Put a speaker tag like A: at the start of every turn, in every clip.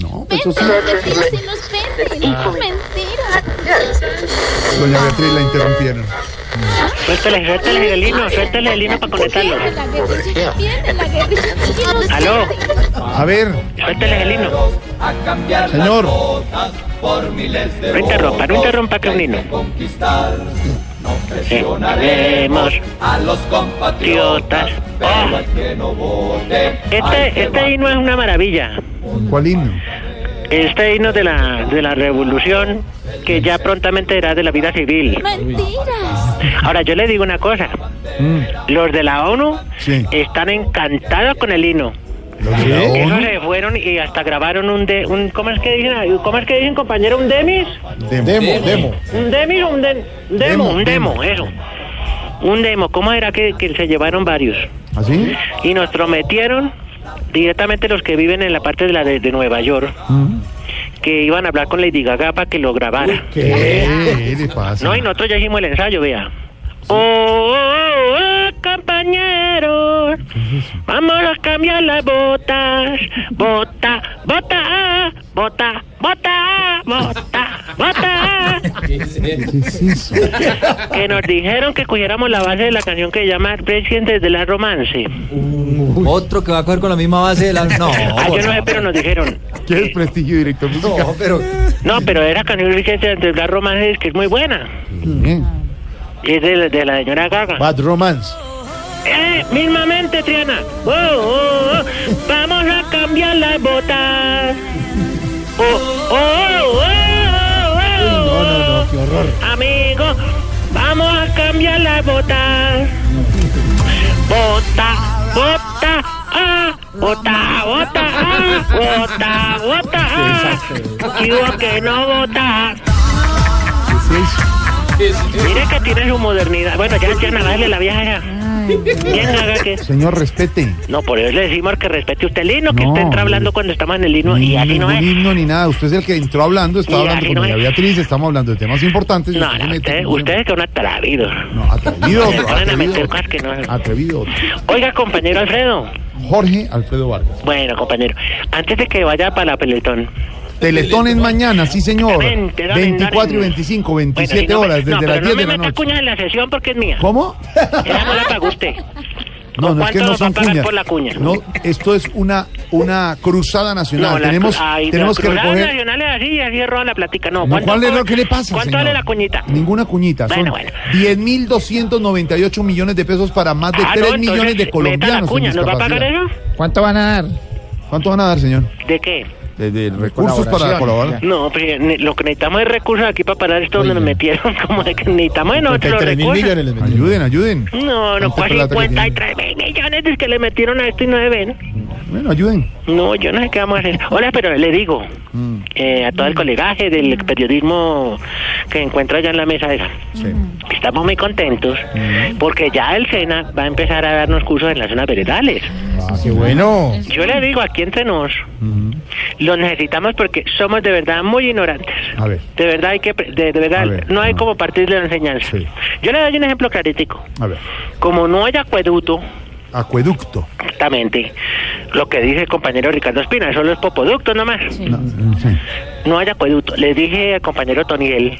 A: No,
B: Venden,
A: entonces,
B: Beatriz, y nos venden. Es mentira.
A: doña Beatriz la interrumpieron.
C: Suéltale, suéltale el himno, suéltale el himno para conectarlo.
B: Tiene la guerrilla, tiene la guerrilla. y nos
C: Aló,
A: A ver,
C: suéltale el himno.
A: señor,
C: No interrumpa, no interrumpa que es un himno. Conquistaremos a los compatriotas. Oh, este, este himno es una maravilla.
A: ¿cuál himno?
C: Este himno de la, de la revolución que ya prontamente será de la vida civil.
B: Mentiras.
C: Ahora yo le digo una cosa.
A: Mm,
C: Los de la ONU
A: Sí.
C: están encantados con el himno.
A: ¿Los de la
C: Esos
A: ONU?
C: se fueron y hasta grabaron un de un ¿cómo es que dicen? ¿Cómo es que dicen, compañero? ¿Un demis?
A: Demo, demo.
C: ¿Un demis o un, de- un demo?
A: Demo,
C: Un demo,
A: demo.
C: eso. Un demo. ¿Cómo era que, que se llevaron varios?
A: ¿Así?
C: Y nos prometieron directamente los que viven en la parte de la de, de Nueva York
A: Mm.
C: que iban a hablar con Lady Gaga para que lo grabara.
A: ¿Qué le pasa?
C: No, y nosotros ya hicimos el ensayo, vea. Oh, oh, oh, oh, compañeros, vamos a cambiar las botas. Bota, bota, bota, bota, bota, bota.
A: ¿Qué es eso?
C: Que nos dijeron que cogiéramos la base de la canción que se llama Presidentes de la Romance.
D: Otro que va a coger con la misma base de la. No.
C: Ah, yo no sé, pero nos dijeron.
A: ¿Qué es prestigio director musical?
D: No, pero.
C: No, pero era canción Presidentes de la Romance es que es muy buena.
A: Bien.
C: Es de, la- de la señora Gaga.
A: Bad Romance.
C: Eh, mismamente, Triana. Oh, oh, oh. Vamos a cambiar las botas. Oh, oh, oh, oh, oh, oh.
A: qué horror.
C: Amigo, vamos a cambiar las botas. Bota, bota, ah, bota, bota, ah, bota, bota, ah. Digo que no bota. Mire que tiene su modernidad. Bueno, ya, ya, dale la vieja ya. Bien, haga que...
A: Señor, respete.
C: No, por eso le decimos que respete usted el himno, que
A: No,
C: usted entra hablando
A: mire.
C: cuando estamos en el himno y así no
A: Ningún
C: es.
A: himno ni nada. Usted es el que entró hablando, estaba
C: Y
A: hablando con
C: así no
A: doña
C: es.
A: Beatriz, estamos hablando de temas importantes. y
C: No,
A: se
C: no,
A: mete
C: ustedes
A: con-
C: ustedes que son atrevidos.
A: No, atrevido.
C: Se van a meter
A: atrevido.
C: cosas que no.
A: Atrevido.
C: Oiga, compañero Alfredo.
A: Jorge Alfredo Vargas.
C: Bueno, compañero, antes de que vaya para la pelotón.
A: Teletones mañana, sí señor.
C: Vente, dale,
A: 24 y
C: dale.
A: 27
C: Bueno, si
A: 27
C: no me-
A: horas,
C: no,
A: desde
C: pero
A: las 10
C: no
A: de la
C: me meta
A: noche.
C: cuñas en la sesión porque es mía.
A: ¿Cómo?
C: Esa no la pagó usted.
A: No, no es que
C: cuánto
A: no
C: nos
A: son
C: va a pagar
A: cuñas.
C: por la cuña?
A: No, esto es una una cruzada nacional.
C: No, la-
A: tenemos
C: ay,
A: tenemos
C: las
A: que
C: cruzadas
A: recoger
C: nacionales así, así roban la platica. No,
A: No,
C: ¿cuánto
A: ¿cuál es
C: cobra-
A: lo que le pasa?
C: ¿Cuánto
A: señor?
C: vale la cuñita?
A: Ninguna cuñita.
C: Bueno,
A: son
C: bueno.
A: 10.298 millones de pesos para más de
C: Ah,
A: 3
C: no, entonces,
A: millones de
C: meta la
A: colombianos. con
C: cuña, ¿Nos va a pagar
A: discapacidad.
C: eso?
D: ¿Cuánto van a dar?
A: ¿Cuánto van a dar, señor?
C: ¿De qué?
A: Recursos para colaborar.
C: No, pues, ne- lo que necesitamos es recursos aquí para parar esto donde
A: Oiga.
C: nos metieron. Como de que necesitamos de nosotros los recursos.
A: Ayuden, ayuden.
C: No, no,
A: Tanta
C: casi
A: plata que tienen.
C: 53 mil millones de que le metieron a esto y no se ven.
A: Bueno, ayuden.
C: No, yo no sé qué vamos a hacer. Hola, pero le digo
A: Mm.
C: eh, a todo el colegaje del periodismo que encuentro allá en la mesa esa.
A: Sí.
C: Estamos muy contentos
A: Mm.
C: porque ya el SENA va a empezar a darnos cursos en las zonas veredales.
A: Ah, qué bueno.
C: Yo le digo aquí entre nos,
A: Mm-hmm.
C: lo necesitamos porque somos de verdad muy ignorantes.
A: A ver.
C: De verdad hay que, pre- de, de verdad,
A: Ah. A ver,
C: no hay
A: no.
C: como partir de la enseñanza.
A: Sí.
C: Yo le doy un ejemplo claritico.
A: A ver.
C: Como no hay acueducto,
A: Acueducto.
C: exactamente, lo que dice el compañero Ricardo Espina, solo es popoducto nomás.
A: No, no sé.
C: No hay acueducto. Le dije al compañero Toniel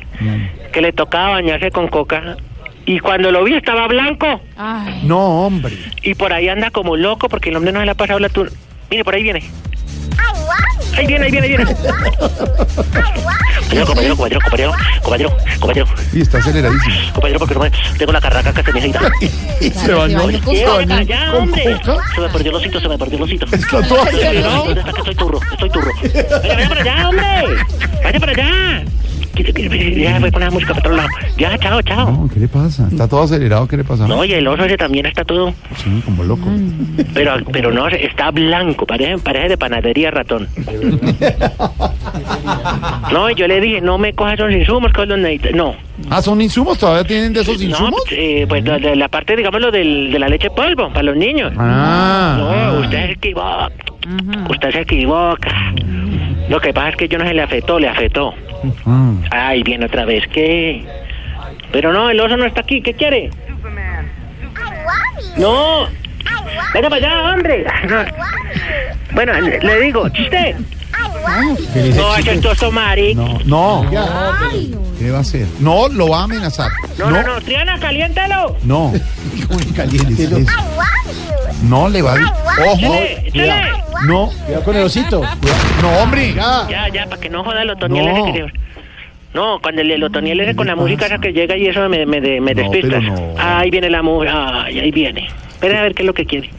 C: que le tocaba bañarse con coca y cuando lo vi estaba blanco
B: Ay,
A: No, hombre.
C: y por ahí anda como loco porque el hombre no se le ha pasado la turno. Mire, por ahí viene. Ahí viene, ahí viene, ahí viene. Compañero, compañero, compañero, compañero, compañero, compañero,
A: Y está aceleradísimo.
C: compañero, porque no me... Tengo la carraca que se me agita.
A: Y se va
B: bañó
A: ¿no?
B: con
C: Eh,
B: coca.
C: venga, ya,
A: ¿Con
C: hombre.
A: coca?
C: Se me perdió el osito, se me perdió el osito.
A: Está todo acelerado.
C: ¿Dónde está que estoy turro? Estoy turro. Venga, vaya para allá, hombre. Vaya para allá. Quítese, quítese, ya se fue con la música para otro lado. Ya, chao, chao.
A: No, ¿qué le pasa? Está todo acelerado, ¿qué le pasa?
C: No, y el oso ese también está todo.
A: Sí, como loco.
C: Pero, pero no, está blanco, parece, parece de panadería ratón. No, yo le dije, no me cojas esos insumos, que los necesito. No,
A: Ah, ¿son insumos? ¿Todavía tienen de esos
C: no,
A: insumos?
C: eh, pues de, de la parte, digámoslo, del, de la leche polvo, para los niños.
A: Ah.
C: No, usted se equivoca. Usted se equivoca. Lo que pasa es que yo no se le afectó, le afectó.
A: Ah.
C: Ay, bien otra vez, ¿qué? Pero no, el oso no está aquí, ¿qué quiere? No, venga para allá, hombre. Bueno, le digo, chiste. No, eso es tosto, Mari. No,
A: No. ¿Qué va a hacer? No, lo va a amenazar.
C: no, no, Triana, caliéntalo.
A: No. No le va a... Ojo.
C: Échale, échale.
A: No.
E: Cuidado con el osito.
A: No, hombre.
C: Ya, ya, para que no joda el otoniel
A: No.
C: ese que- No, cuando el, el otoniel ese con la música esa que llega y eso me, me, de- me
A: No,
C: despierta.
A: pero no.
C: Ahí viene la música, ay, ahí viene. Espera a ver qué es lo que quiere.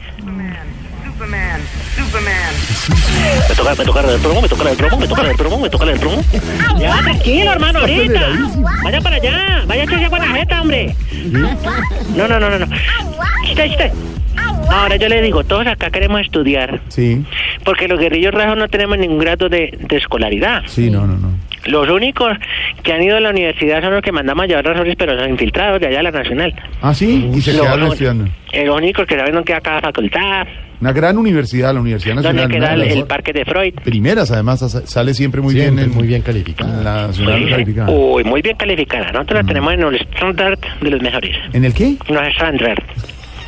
F: Superman, Superman.
C: Me toca, me toca el promo, me toca el promo, me toca el promo, me toca el promo. Ya, tranquilo, hermano, ahorita. Vaya para allá, vaya a echarse agua en la jeta, hombre. No, no, no, no, no. Chiste, chiste. Ahora yo le digo, todos acá queremos estudiar,
A: Sí.
C: porque los guerrillos rajos no tenemos ningún grado de, de escolaridad.
A: Sí, no, no, no.
C: Los únicos que han ido a la universidad son los que mandamos a llevar razones, pero son infiltrados de allá a la nacional.
A: Ah, sí. Y se
C: Los-
A: quedaron
C: los-
A: estudiando.
C: eh, Los únicos que saben dónde queda cada facultad,
A: Una gran universidad, la Universidad
C: dónde
A: Nacional. una
C: queda
A: de
C: el,
A: las
C: el parque de Freud.
A: Primeras, además, sa- sale siempre muy bien. en-
E: muy bien calificada.
A: en La Nacional Calificada.
C: Uy, muy bien calificada.
A: Mm.
C: Nosotros la tenemos en el estándar de los mejores.
A: ¿En el qué?
C: No es estándar,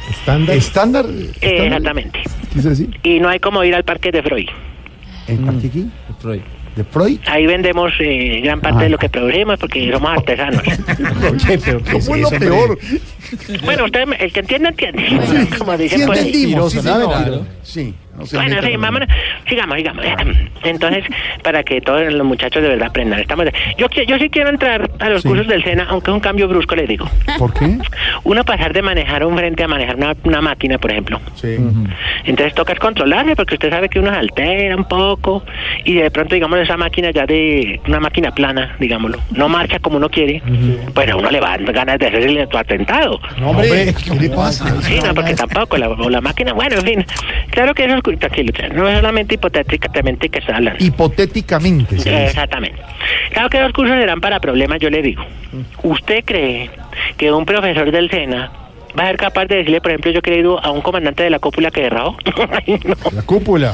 E: Estándar.
A: Estándar.
C: eh,
A: estándar-
C: exactamente.
A: ¿Quise decir?
C: Y no hay como ir al parque de Freud.
A: ¿El parque aquí?
D: Freud.
A: ¿De Freud?
C: Ahí vendemos eh, gran parte
A: Ajá.
C: de lo que producimos porque somos
A: Oh.
C: artesanos.
E: Oye, pero ¿qué es
A: ¿Cómo es lo
E: eso, hombre?
A: peor?
C: bueno, usted, el que entiende, entiende. como dicen por ahí.
A: entendimos. Sí,
E: Mentiroso, la
A: sí,
E: verdad.
A: no, sí, no se
C: Bueno,
A: metan
C: sí,
A: con-
C: vámonos. Sigamos, sigamos. Entonces, para que todos los muchachos de verdad aprendan. Estamos yo, qui- yo sí quiero entrar a los
A: Sí.
C: cursos del SENA, aunque es un cambio brusco, les digo.
A: ¿Por qué?
C: Uno pasar de manejar un frente a manejar una, una máquina, por ejemplo.
A: Sí.
C: Entonces toca es controlarse, porque usted sabe que uno se altera un poco y de pronto, digamos, esa máquina ya de una máquina plana, digámoslo, no marcha como uno quiere. Bueno, uno le va a dar ganas de hacerle tu atentado.
A: No, hombre, ¿qué le pasa?
C: Sí, no, porque tampoco, la, o la máquina, bueno, en fin. Claro que eso es cu- tranquilo, no es solamente hipotéticamente que se hablan.
A: Hipotéticamente. se dice.
C: Exactamente. Claro que los cursos serán para problemas, yo le digo.
A: Mm.
C: ¿Usted cree que un profesor del SENA va a ser capaz de decirle, por ejemplo, yo quiero ir a un comandante de la cópula que derrabó? Ay, no.
A: La cúpula.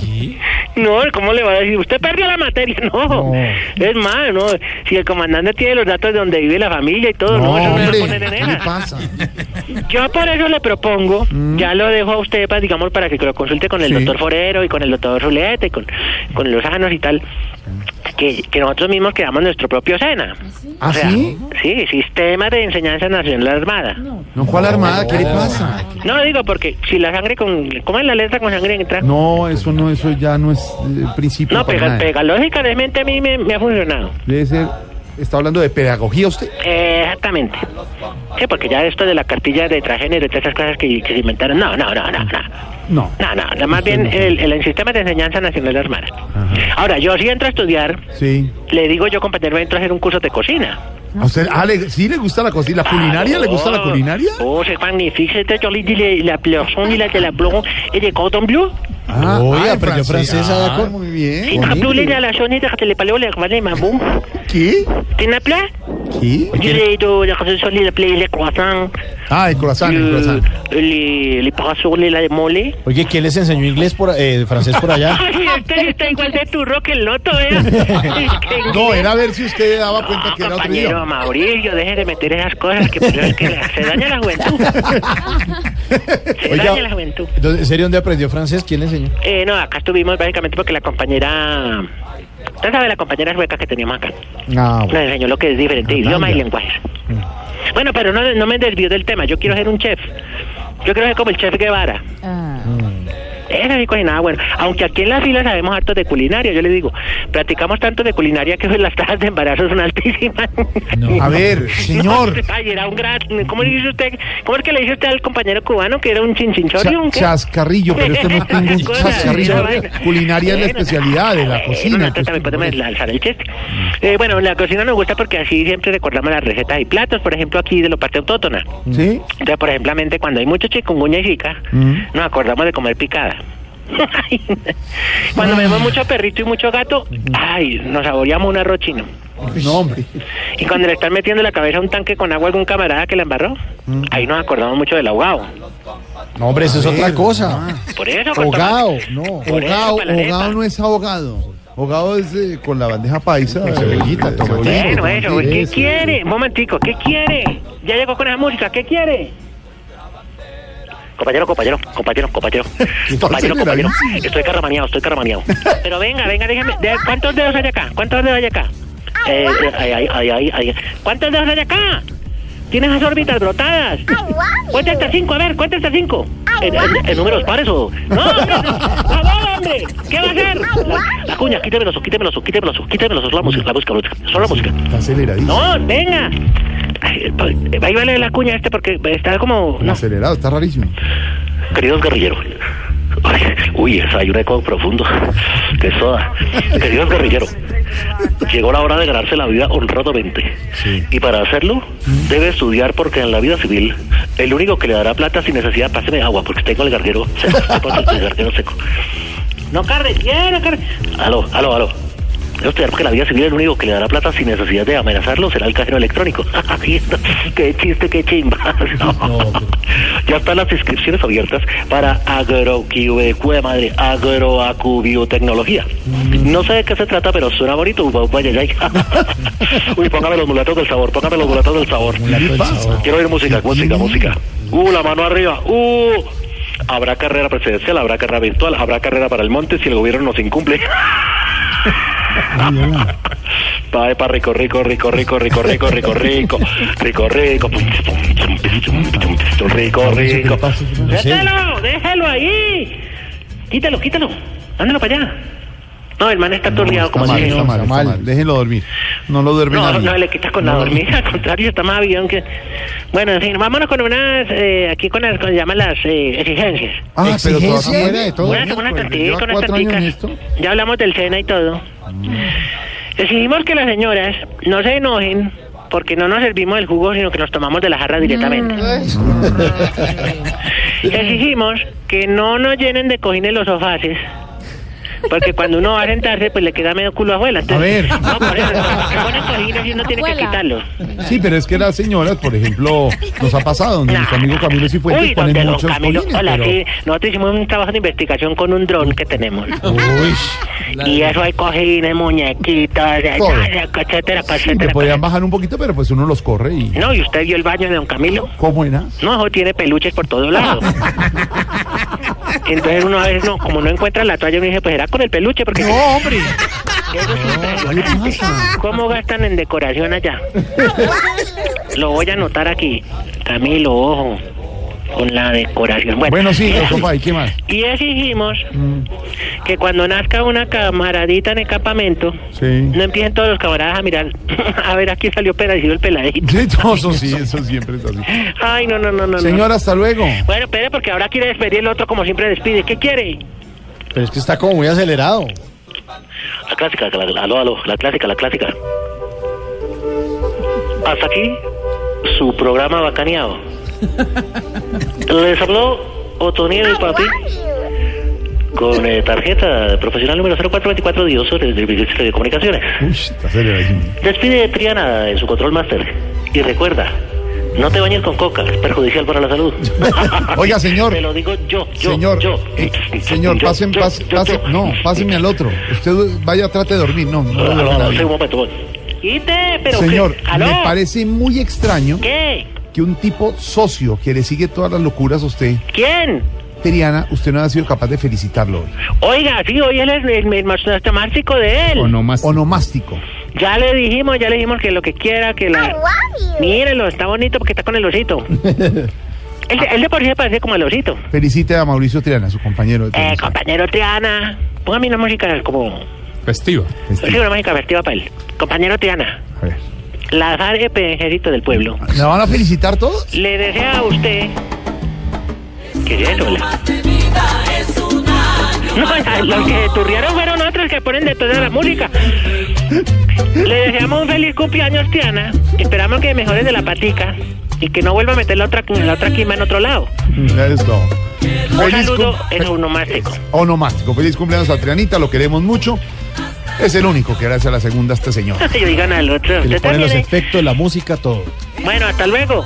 C: No, ¿cómo le va a decir? Usted perdió la materia. No,
A: No.
C: es más, no. Si el comandante tiene los datos de donde vive la familia y todo, no,
A: No,
C: eso no lo
A: hombre,
C: ponen en
A: ¿qué le
C: esa.
A: pasa?
C: Yo por eso le propongo, ya lo dejo a usted, para, digamos, para que lo consulte con el
A: Mm. Sí.
C: doctor Forero y con el doctor Zuleta y con, con los sanos y tal, que, que nosotros mismos creamos nuestro propio SENA.
A: ¿Ah, sí?
C: sí, Sistema de Enseñanza Nacional Armada. No,
A: No, ¿cuál armada? ¿Qué le pasa?
C: digo porque si la sangre con... ¿Cómo es la letra con sangre entra? No,
A: No, eso no, eso ya no es eh, principio. para
C: pega,
A: nada.
C: pega, lógicamente a mí me, me ha funcionado.
A: Debe ser. ¿Está hablando de pedagogía usted?
C: Eh, Exactamente. Sí, porque ya esto de la cartilla de transgénero y todas esas cosas que, que se inventaron, no, no, no, no, no.
A: No.
C: No, no, no, más bien el, el sistema de enseñanza nacional armada. Ahora, yo si entro a estudiar,
A: Sí.
C: le digo yo, compañero, entro a hacer un curso de cocina.
A: ¿A usted ah, le- sí le gusta la cocina? ¿La culinaria? ¿Le gusta la
C: Oh,
A: culinaria?
C: Oh, c'est magnifique, c'est joli, dit les- la poisson, dit la de la blonde et des cordons bleus.
A: Ah,
E: Oye,
A: ah,
E: aprendió francés a
A: Ah,
E: Dacor.
A: muy bien.
C: Si n'a
A: bonito.
C: plus les la sonne, de les palais, les revalets, ma boum.
A: ¿Qué?
C: Tu n'as plus?
A: ¿Qué?
C: Du lait, de la sonne, les palais, les croissants,
A: Ah, el croissant, el
C: le-
A: croissant.
C: les, les poissons, les, les mollets.
E: Oye, ¿quién les enseñó inglés por, eh, francés por allá?
C: Ay, este está igual de turro que el otro, ¿eh? Es que-
A: No, era a ver si usted daba cuenta
C: No,
A: que era otro
C: compañero
A: idioma.
C: Mauricio, deje de meter esas cosas que, pero es que la- se daña la juventud. Se
E: Oiga.
C: daña la juventud.
E: Entonces, ¿En serio dónde aprendió francés? ¿Quién le enseñó?
C: Eh, no, acá estuvimos básicamente porque la compañera... Usted sabe la compañera sueca que teníamos acá.
E: Ah,
C: Nos enseñó lo que es diferente, idioma y lenguajes.
A: Mm.
C: Bueno, pero no,
A: Ah.
C: no me desvío del tema. Yo quiero ser un chef. Yo quiero ser como el chef Guevara. Ese sí cocinaba bueno. Aunque aquí en la fila sabemos hartos de culinaria, yo le digo. Practicamos tanto de culinaria que las tasas de embarazo son altísimas.
A: A ver, señor.
C: Ay, era un gran... ¿Cómo le dice usted? ¿Cómo es que le dice usted al compañero cubano que era un
A: Cha-
C: chinchinchorio? un qué?
A: chascarrillo, pero este no es ningún
C: Cosa,
A: chascarrillo.
C: esa vaina.
A: Culinaria es la
C: Bueno.
A: especialidad de la
C: Eh, no, no,
A: cocina. pues, que
C: también
A: usted-
C: podemos lanzar el chiste. Eh, bueno, la cocina nos gusta porque así siempre recordamos las recetas y platos. Por ejemplo, aquí de la parte autóctona.
A: ¿Sí?
C: Entonces, por ejemplo, cuando hay mucho chikungunya y zika,
A: Mm.
C: nos acordamos de comer picada.
A: Ah.
C: cuando vemos mucho perrito y mucho gato, ay, nos saboreamos un arroz chino.
E: Pues,
A: No, hombre.
C: Y cuando le están metiendo en la cabeza a un tanque con agua a algún camarada que la embarró, ahí nos acordamos mucho del ahogado.
E: No, hombre, eso es otra cosa.
C: Por eso, pues, con
E: Ahogado, no.
C: Por eso,
A: Ahogado,
C: para la arepa.
A: ahogado no es ahogado. Ahogado es eh, con la bandeja paisa. eh,
C: Bueno, eso,
A: cebollita.
C: ¿qué quiere? Un momentico, ¿qué quiere? Ya llegó con esa música, ¿qué quiere? Compañero, compañero, compañero, compañero. Compañero, compañero. Estoy carramaneado, estoy carramaneado. Pero venga, venga, déjeme. de- ¿Cuántos dedos hay acá? ¿Cuántos dedos hay acá? Eh, eh, ay, ay, ay, ay, ay. ¿Cuántos dedos hay acá? Tienes las órbitas brotadas. Cuenta hasta cinco, a ver, cuenta hasta cinco. ¿En, en- en números pares o...? ¡No, hombre! no. ¡La bola, hombre! ¿Qué va a hacer? La, la cuña, quítemelo, quítemelo, quítemelo, quítemelo. Solo la música, la música, la música. Solo la música.
A: Está aceleradísimo.
C: No, venga. Ay, pa- Ahí vale la cuña este porque está como... no.
A: Acelerado, está rarísimo.
C: Queridos guerrilleros. Ay, uy, esa hay un eco profundo. Qué soda. Queridos guerrilleros. Llegó la hora de ganarse la vida honradamente. Y para hacerlo, debe estudiar porque en la vida civil, el único que le dará plata sin necesidad, páseme agua, porque tengo el garguero seco. tengo el garguero seco. No cargue, ya, no cargue. Aló, aló, aló. Debe estudiar porque la vida civil el único que le dará plata sin necesidad de amenazarlo será el cajero electrónico. Ah, qué chiste, qué chimba. ya están las inscripciones abiertas para agroquibecue de madre, agroacubiotecnología. No sé de qué se trata, pero suena bonito. Upa, upa, yay, yay. Uy, póngame los mulatos del sabor, póngame los mulatos del sabor. Quiero oír música, música, música. Uh, la mano arriba. Uh. Habrá carrera presidencial, habrá carrera virtual, habrá carrera para el monte si el gobierno nos incumple. Pa, epa, rico, rico, rico, rico, rico, rico, rico, rico, rico, rico, pum, pum, pum, pum, pum, pum, rico, rico. Déjalo, déjalo ahí. Quítalo, quítalo. Ándalo para allá. No, el man está torneado
A: Está
C: como
A: mal,
C: así.
A: está mal, está mal. Déjenlo dormir. No lo duerme
C: No,
A: nadie.
C: no le quitas con la dormida, al contrario, está más bien que... Bueno, en fin, vámonos con unas, eh, aquí con las, con llaman las eh, exigencias.
A: Ah, pero
E: Exigencia.
A: todavía fuera de todo.
C: Una, una
E: pues,
C: tantica,
A: Lleva
C: una
A: cuatro años Mm.
C: tantica.
A: en esto.
C: Ya hablamos del SENA y todo. Decidimos que las señoras no se enojen porque no nos servimos del jugo, sino que nos tomamos de la jarra directamente.
A: Mm.
C: Exigimos que no nos llenen de cojines los sofaces. Porque cuando uno va a sentarse, pues le queda medio culo a abuela. Entonces,
A: A ver.
C: No, por eso, no, se ponen cojines y uno tiene que
G: Abuela.
C: quitarlos.
A: Sí, pero es que las señoras, por ejemplo, nos ha pasado donde nuestro amigo Camilo Cifuentes
C: Uy,
A: ponen
C: donde don
A: muchos
C: Camilo,
A: colines,
C: hola,
A: pero...
C: sí, nosotros hicimos un trabajo de investigación con un dron que tenemos.
A: Uy,
C: Y eso hay cojines, muñequitos,
A: Todo.
C: etcétera,
A: sí, que
C: etcétera.
A: podían bajar un poquito, pero pues uno los corre y...
C: No, ¿y usted vio el baño de don Camilo?
A: ¿Cómo era?
C: No, eso tiene peluches por todos lados. Entonces uno a veces, no, como no encuentra la toalla, uno dice, pues será con el peluche, porque...
A: ¡No, hombre!
C: Eso es impresionante. ¿Cómo gastan en decoración allá? Lo voy a anotar aquí. Camilo, ojo, con la decoración. Bueno, eh,
A: Bueno, sí, Mm. compa, ¿y qué más?
C: Y exigimos que cuando nazca una camaradita en el campamento,
A: Sí.
C: no empiecen todos los camaradas a mirar, a ver aquí salió pedacito el peladito.
A: Sí, no, eso sí, eso siempre es así.
C: Ay, no, no, no, no. no.
A: Señora, hasta luego.
C: Bueno, espere, porque ahora quiere despedir el otro como siempre despide. ¿Qué quiere?
E: Pero es que está como muy acelerado.
C: La clásica, la, la- aló, aló, la clásica, la clásica. Hasta aquí su programa bacaneado. Les habló Otoniel Papi con eh, tarjeta profesional número 0424 dioso del Servicio de Comunicaciones.
A: Uy, está aceleradísimo.
C: Despide Triana en su control master. Y recuerda, no te bañes con coca, es perjudicial para la salud.
A: Oiga, señor.
C: Te lo digo yo, yo,
A: Señor,
C: yo.
A: eh, señor,
C: Yo,
A: pasen,
C: yo,
A: pasen,
C: yo,
A: pasen-
C: yo.
A: no, pásenme al otro. Usted vaya, trate de dormir, no. no,
C: No,
A: no,
C: no,
A: no,
C: no,
A: no.
C: un momento, voy. Quite, pero
A: Señor,
C: ¿qué? ¿Aló?
A: me parece muy extraño
C: ¿Qué?
A: que un tipo socio que le sigue todas las locuras a usted,
C: ¿Quién?
A: Triana, usted no ha sido capaz de felicitarlo hoy.
C: Oiga, sí, hoy él es el, el mastomástico de él.
A: Oh, Onomástico.
C: Ya le dijimos, ya le dijimos que lo que quiera, que la... Mírenlo, está bonito porque está con el osito. Él, de- él de por sí se parece como al osito.
A: Felicite a Mauricio Triana, su compañero. de
C: Eh,
A: televisión.
C: compañero Triana. Póngame una música como.
H: Festiva.
C: Sí, una música vertida para él. Compañero Triana,
A: Este, A ver.
C: la de Perejerito del pueblo.
A: ¿La van a felicitar todos?
C: Le desea a usted. ¿Qué es eso? hola? No, los que turriaron fueron otros que ponen de toda la música. Le deseamos un feliz cumpleaños, Tiana. Esperamos que mejores de la patica y que no vuelva a meter la otra, la otra quima en otro lado.
E: Mm.
A: Eso.
C: Un
A: Feliz
C: saludo
A: cum-
C: en onomástico.
A: Onomástico. Feliz cumpleaños a Trianita, lo queremos mucho. Es el único que agradece a la segunda a este señor.
C: No se lo digan al otro.
E: Que le
C: Usted
E: ponen los
C: también, ¿eh?
E: efectos, la música, todo.
C: Bueno, hasta luego.